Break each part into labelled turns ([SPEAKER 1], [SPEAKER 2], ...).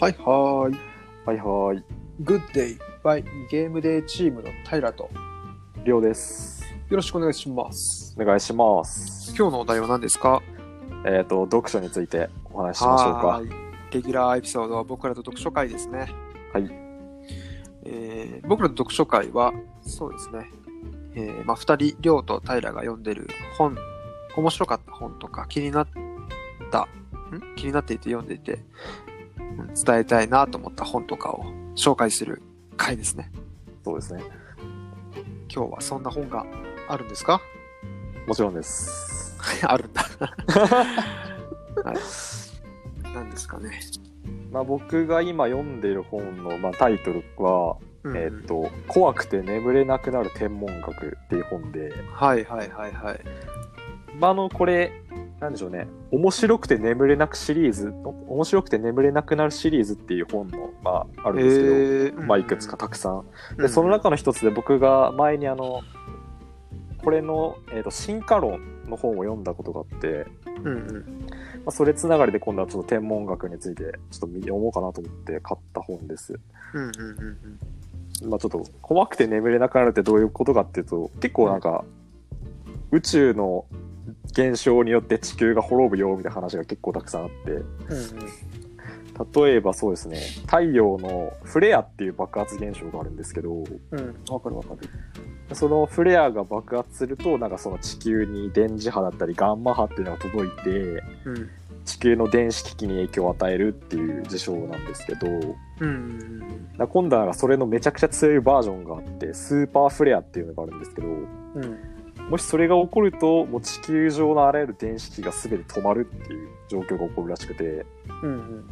[SPEAKER 1] はいはーい。
[SPEAKER 2] はいはーい。
[SPEAKER 1] グッデイ、バイ、ゲームデーチームの平と、よ
[SPEAKER 2] りょうです。
[SPEAKER 1] ろしくお願いします。
[SPEAKER 2] お願いします。
[SPEAKER 1] 今日のお題は何ですか
[SPEAKER 2] えっ、と、読書についてお話ししましょう
[SPEAKER 1] は
[SPEAKER 2] か。
[SPEAKER 1] ーいレギュラーエピソードは僕らと読書会ですね。
[SPEAKER 2] はい。
[SPEAKER 1] えー僕らの読書会は、そうですね。えーまあ、二人、りょうと平が読んでる本、面白かった本とか、気になった、ん気になっていて読んでいて、うん伝えたいなと思った本とかを紹介する会ですね。
[SPEAKER 2] そうですね。
[SPEAKER 1] 今日はそんな本があるんですか
[SPEAKER 2] もちろんです。
[SPEAKER 1] あるんだ、はい。なんですかね。
[SPEAKER 2] まあ、僕が今読んでる本の、まあ、タイトルは、
[SPEAKER 1] うん
[SPEAKER 2] えっ、と、怖くて眠れなくなる天文学っていう本で、
[SPEAKER 1] はいはいはいはい。
[SPEAKER 2] まあ、あの、これ、なんでしょうね。面白くて眠れなくシリーズ、お面白くて眠れなくなるシリーズっていう本の、まあ、あるんですけど、
[SPEAKER 1] えー
[SPEAKER 2] まあ、いくつか、たくさんでその中の一つで僕が前にあのこれの、えーと進化論の本を読んだことがあって、
[SPEAKER 1] うんうん
[SPEAKER 2] まあ、それつながりで今度はちょっと天文学についてちょっと読もうかなと思って買った本です。
[SPEAKER 1] うんうんうんうん
[SPEAKER 2] まあ、ちょっと怖くて眠れなくなるってどういうことかっていうと結構なんか、宇宙の現象によって地球が滅ぶよみたいな話が結構たくさんあって
[SPEAKER 1] うん
[SPEAKER 2] 例えばそうですね太陽のフレアっていう爆発現象があるんですけど、
[SPEAKER 1] うんうんわかるわかる
[SPEAKER 2] そのフレアが爆発するとなんかその地球に電磁波だったりガンマ波っていうのが届いて
[SPEAKER 1] うん
[SPEAKER 2] 地球の電子機器に影響を与えるっていう事象なんですけど
[SPEAKER 1] うんうん
[SPEAKER 2] な今度はなんかそれのめちゃくちゃ強いバージョンがあってスーパーフレアっていうのがあるんですけど
[SPEAKER 1] うん
[SPEAKER 2] もしそれが起こるともう地球上のあらゆる電子機器が全て止まるっていう状況が起こるらしくて
[SPEAKER 1] うんうん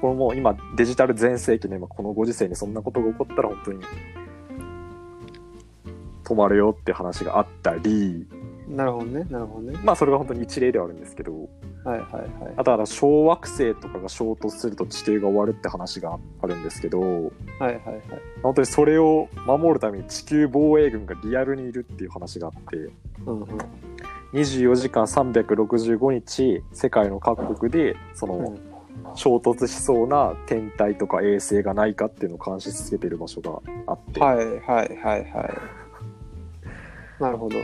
[SPEAKER 2] これもう今デジタル全盛期の今このご時世にそんなことが起こったら本当に止まるよって話があったり。
[SPEAKER 1] うんなるほどねなるほどね
[SPEAKER 2] まあそれが本当に一例ではあるんですけど、
[SPEAKER 1] はいはいはい
[SPEAKER 2] あとはあの小惑星とかが衝突すると地球が終わるって話があるんですけど、
[SPEAKER 1] はいはいはい
[SPEAKER 2] 本当にそれを守るために地球防衛軍がリアルにいるっていう話があって、
[SPEAKER 1] うんうん
[SPEAKER 2] 24時間365日世界の各国でその
[SPEAKER 1] う
[SPEAKER 2] 衝突しそうな天体とか衛星がないかっていうのを監視しつけてる場所があって、
[SPEAKER 1] んはいはいはいはいなるほど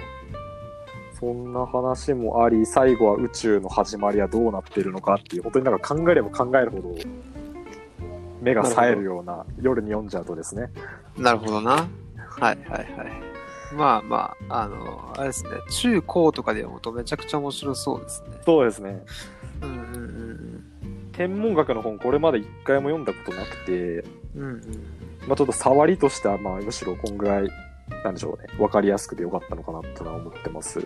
[SPEAKER 2] そんな話もあり、最後は宇宙の始まりはどうなってるのかっていう、本当になんか考えれば考えるほど、目が冴えるような、夜に読んじゃうとですね。
[SPEAKER 1] なるほどなはいはいはいまあまああのあれですね中高とかで読むとめちゃくちゃ面白そうですね
[SPEAKER 2] そうですね。
[SPEAKER 1] うんうんうん
[SPEAKER 2] 天文学の本、これまで一回も読んだことなくて、
[SPEAKER 1] うんうんうん
[SPEAKER 2] まあ、ちょっと触りとしては、まあ、むしろこんぐらい、なんでしょうね、分かりやすくてよかったのかなってのは思ってます。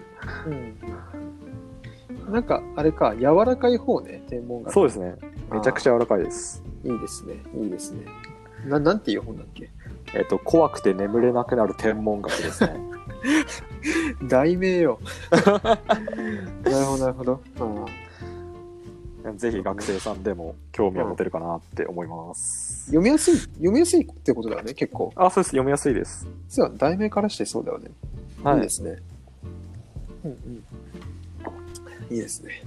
[SPEAKER 1] うんなんかあれか柔らかい方ね天文学
[SPEAKER 2] そうですね。めちゃくち
[SPEAKER 1] ゃ
[SPEAKER 2] ゃ柔らかいです。
[SPEAKER 1] いいですねいいですねななんていう本だっけ
[SPEAKER 2] えっと、怖くて眠れなくなる天文学ですね。
[SPEAKER 1] 題名 よなるほどなるほど、うん
[SPEAKER 2] ぜひ学生さんでも興味を持てるかなって思います。
[SPEAKER 1] 読みやすい読みやすいってことだよね結構
[SPEAKER 2] あ、そうです。読みやすいです。
[SPEAKER 1] 実は題名からしてそうだよね、い、いですねうんうんいいですね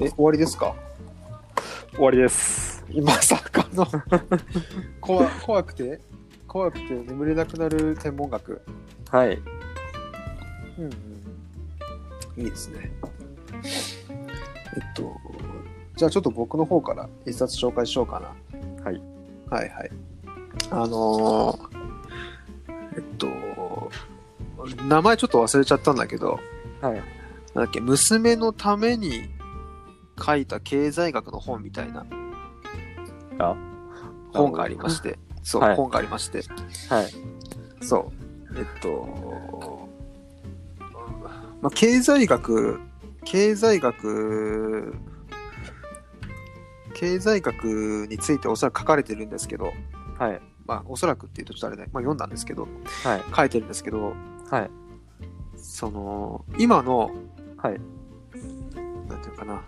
[SPEAKER 1] え終わりですか
[SPEAKER 2] 終わりです。
[SPEAKER 1] まさかの怖怖くて怖くて眠れなくなる天文学、
[SPEAKER 2] はい。
[SPEAKER 1] うんうん、いいですねえっとじゃあちょっと僕の方から一冊紹介しようかな
[SPEAKER 2] はい
[SPEAKER 1] はいはいあのーえっと名前ちょっと忘れちゃったんだけどな
[SPEAKER 2] はい。
[SPEAKER 1] んだっけ娘のために書いた経済学の本みたいな
[SPEAKER 2] あ
[SPEAKER 1] 本がありまして、そう、
[SPEAKER 2] はい
[SPEAKER 1] 本がありまして、
[SPEAKER 2] はい。
[SPEAKER 1] そう、えっと、まあ、経済学、経済学、経済学についておそらく書かれてるんですけど、
[SPEAKER 2] はい。
[SPEAKER 1] まあ、おそらくっていうとちょっとあれね、まあ、読んだんですけど、
[SPEAKER 2] はい。
[SPEAKER 1] 書いてるんですけど、
[SPEAKER 2] はい。
[SPEAKER 1] その、今の、
[SPEAKER 2] はい。
[SPEAKER 1] なんていうかな、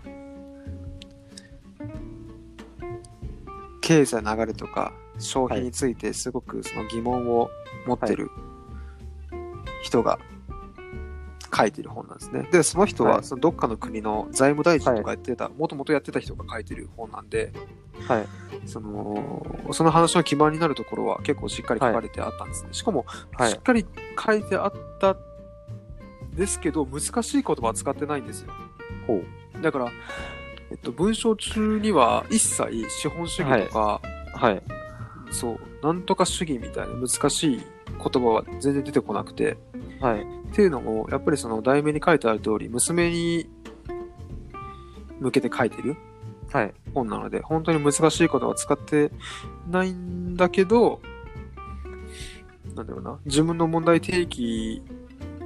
[SPEAKER 1] 経済の流れとか消費についてすごくその疑問を持ってる人が書いてる本なんですね。で、その人は
[SPEAKER 2] はい
[SPEAKER 1] そのどっかの国の財務大臣とかやってた、もともとやってた人が書いてる本なんで、
[SPEAKER 2] はい
[SPEAKER 1] そのその話の基盤になるところは結構しっかり書かれてあったんですね。しかも、
[SPEAKER 2] はい
[SPEAKER 1] しっかり書いてあったんですけど、難しい言葉は使ってないんですよ。
[SPEAKER 2] ほう
[SPEAKER 1] だから、えっと、文章中には一切資本主義とか、
[SPEAKER 2] はい
[SPEAKER 1] そう、なんとか主義みたいな難しい言葉は全然出てこなくて、
[SPEAKER 2] はい
[SPEAKER 1] っていうのも、やっぱりその題名に書いてある通り、娘に向けて書いてる
[SPEAKER 2] はい
[SPEAKER 1] 本なので、本当に難しいことは使ってないんだけど、なんだろうな、自分の問題提起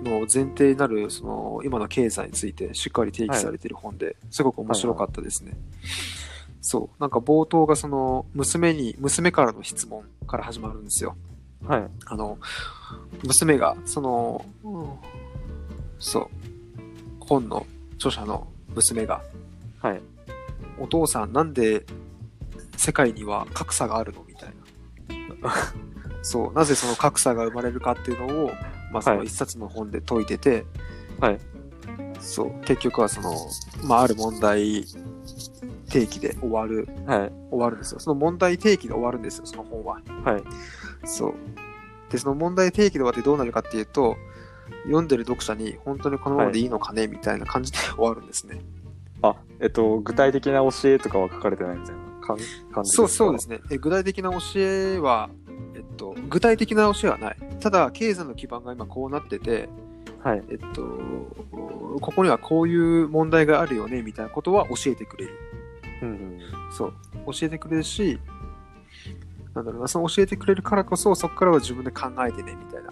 [SPEAKER 1] の前提になる、その、今の経済についてしっかり提起されている本で、すごく面白かったですね。そう、なんか冒頭がその、娘に、娘からの質問から始まるんですよ。
[SPEAKER 2] はい
[SPEAKER 1] あの、娘が、その、そう、本の著者の娘が、
[SPEAKER 2] はい
[SPEAKER 1] お父さんなんで世界には格差があるのみたいな。 そう、なぜその格差が生まれるかっていうのを、まあその
[SPEAKER 2] はい
[SPEAKER 1] 一冊の本で解いてて、
[SPEAKER 2] はい
[SPEAKER 1] そう、結局はその、まあある問題提起で終わる、
[SPEAKER 2] はい
[SPEAKER 1] 終わるんですよ。その問題提起で終わるんですよ、その本は。
[SPEAKER 2] はい
[SPEAKER 1] そう。で、その問題提起で終わってどうなるかっていうと、読んでる読者に本当にこのままでいいのかね、みたいな感じで終わるんですね。
[SPEAKER 2] あえっと具体的な教えとかは書かれてないみたいな感感じです
[SPEAKER 1] そ
[SPEAKER 2] か
[SPEAKER 1] うそうですねえ。具体的な教えは、えっと、具体的な教えはない。ただ、経済の基盤が今こうなってて、
[SPEAKER 2] はい
[SPEAKER 1] えっと、ここにはこういう問題があるよね、みたいなことは教えてくれる。
[SPEAKER 2] うんうん
[SPEAKER 1] そう。教えてくれるし、なんだろうな、その教えてくれるからこそ、そこからは自分で考えてね、みたいな。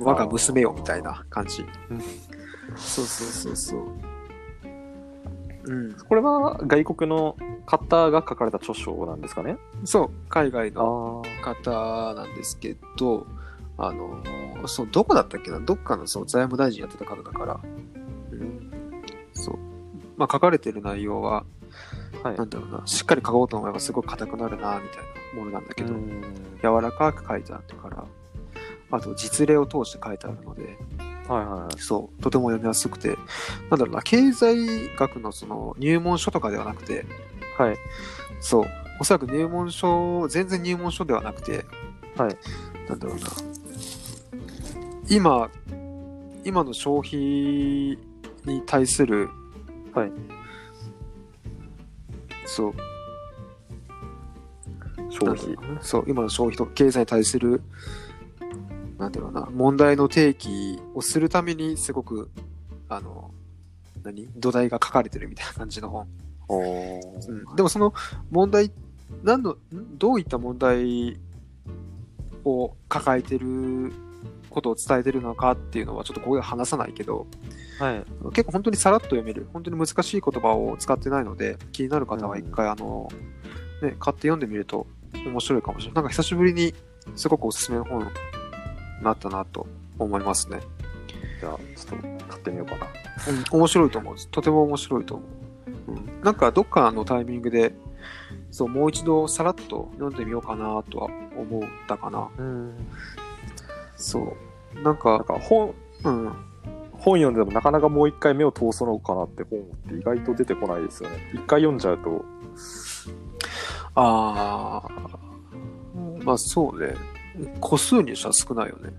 [SPEAKER 1] 我が娘よ、みたいな感じ
[SPEAKER 2] うん。
[SPEAKER 1] そうそうそうそう。うん。
[SPEAKER 2] これは外国の方が書かれた著書なんですかね
[SPEAKER 1] そう、海外
[SPEAKER 2] ああ
[SPEAKER 1] の方なんですけど、あの、そう、どこだったっけなどっかのそう財務大臣やってた方だから。うん。そう。まあ、書かれてる内容は、
[SPEAKER 2] はい
[SPEAKER 1] なんだろうな、しっかり書こうと思えばすごい硬くなるな、みたいなものなんだけど。
[SPEAKER 2] うん
[SPEAKER 1] 柔らかく書いてあったから、あと実例を通して書いてあるので、
[SPEAKER 2] はいはいはい
[SPEAKER 1] そう、とても読みやすくて、なんだろうな、経済学のその入門書とかではなくて、
[SPEAKER 2] はい。
[SPEAKER 1] そう、おそらく入門書、全然入門書ではなくて、
[SPEAKER 2] はい。
[SPEAKER 1] なんだろうな、今、今の消費に対する、
[SPEAKER 2] はい。
[SPEAKER 1] そう、
[SPEAKER 2] 消費。
[SPEAKER 1] そう、今の消費と経済に対する、なんていうのかな、問題の提起をするために、すごく、あの、何土台が書かれてるみたいな感じの本。
[SPEAKER 2] おー
[SPEAKER 1] うん、でもその問題、何の、んどういった問題を抱えてることを伝えてるのかっていうのはちょっとここでは話さないけど、
[SPEAKER 2] はい。
[SPEAKER 1] 結構本当にさらっと読める、本当に難しい言葉を使ってないので、気になる方は一回、あの、ね、買って読んでみると面白いかもしれない。なんか久しぶりにすごくおすすめの本になったなと思いますね。
[SPEAKER 2] じゃあ、ちょっと買ってみようかな。
[SPEAKER 1] うん、面白いと思う。とても面白いと思う。うん、なんかどっかのタイミングで、そう、もう一度さらっと読んでみようかなとは思ったかな。
[SPEAKER 2] うん。
[SPEAKER 1] そう。なん
[SPEAKER 2] なん
[SPEAKER 1] か、
[SPEAKER 2] か本、
[SPEAKER 1] うん、
[SPEAKER 2] 本読んでもなかなかもう一回目を通すのかなって本って意外と出てこないですよね。一回読んじゃうと、
[SPEAKER 1] ああ、まあそうね。個数にしたら少ないよね。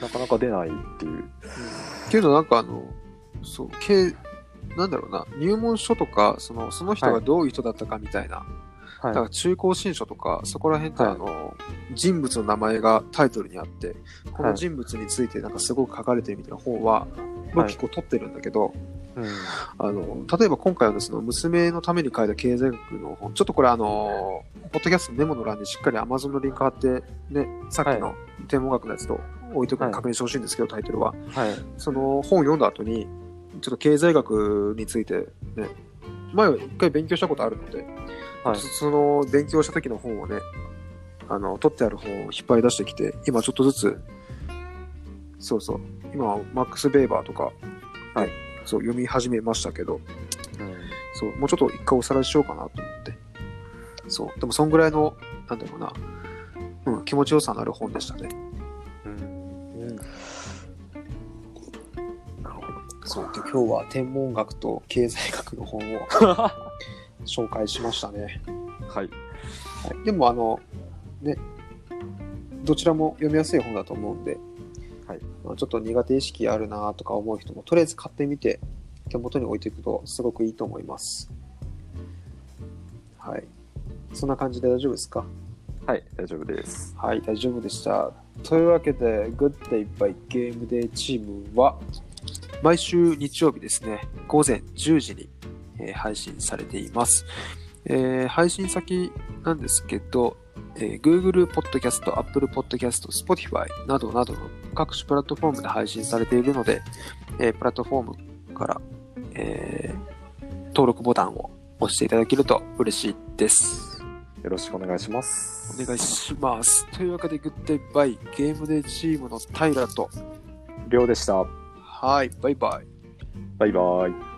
[SPEAKER 2] なかなか出ないっていう。
[SPEAKER 1] けどなんかあの、そう、けなんだろうな、入門書とか、そのその人
[SPEAKER 2] は
[SPEAKER 1] が
[SPEAKER 2] い
[SPEAKER 1] どういう人だったかみたいな、だから
[SPEAKER 2] は
[SPEAKER 1] 中高新書とか、そこら辺って
[SPEAKER 2] はい
[SPEAKER 1] あの、人物の名前がタイトルにあって、こ
[SPEAKER 2] は
[SPEAKER 1] の
[SPEAKER 2] い
[SPEAKER 1] 人物についてなんかすごく書かれてるみたいな本は、僕結構取ってるんだけど、
[SPEAKER 2] い。うん。
[SPEAKER 1] あの、例えば今回はですね、娘のために書いた経済学の本、ちょっとこれあの、ポッドキャストのメモの欄にしっかり Amazon のリンク貼って、ね、さっきの天文学のやつと置いとくの
[SPEAKER 2] はい
[SPEAKER 1] 確認してほしいんですけど、タイトルは。
[SPEAKER 2] はい。
[SPEAKER 1] その本を読んだ後に、ちょっと経済学についてね、前は一回勉強したことあるので、
[SPEAKER 2] はい
[SPEAKER 1] そ。その勉強した時の本をね、あの、取ってある本を引っ張り出してきて、今ちょっとずつ、そうそう、今はマックス・ベーバーとか、
[SPEAKER 2] はい
[SPEAKER 1] そう、読み始めましたけど、
[SPEAKER 2] うん
[SPEAKER 1] そう、もうちょっと一回おさらいしようかなと思って。そう、でもそんぐらいの、なんだろうな、うん、気持ちよさのある本でしたね。
[SPEAKER 2] うん。
[SPEAKER 1] うん、
[SPEAKER 2] なるほ
[SPEAKER 1] そうで今日は天文学と経済学の本 を紹介しましたね。
[SPEAKER 2] はい。
[SPEAKER 1] はい、でもあのねどちらも読みやすい本だと思うんで、
[SPEAKER 2] はい
[SPEAKER 1] まあちょっと苦手意識あるなとか思う人もとりあえず買ってみて手元に置いていくとすごくいいと思います。はい。そんな感じで大丈夫ですか
[SPEAKER 2] はい、大丈夫です。
[SPEAKER 1] はい、大丈夫でした。というわけで、グッデイバイゲームデーチームは、毎週日曜日ですね、午前10時に、えー配信されています、えー配信先なんですけど、えー Google Podcast、Apple Podcast、Spotify などなどの各種プラットフォームで配信されているので、えープラットフォームから、えー登録ボタンを押していただけると嬉しいです。
[SPEAKER 2] よろしくお願いします。
[SPEAKER 1] お願いします。というわけで、グッデイバイ、ゲームでチームの平と、
[SPEAKER 2] りょうでした。
[SPEAKER 1] はい、バイバイ。
[SPEAKER 2] バイバイ。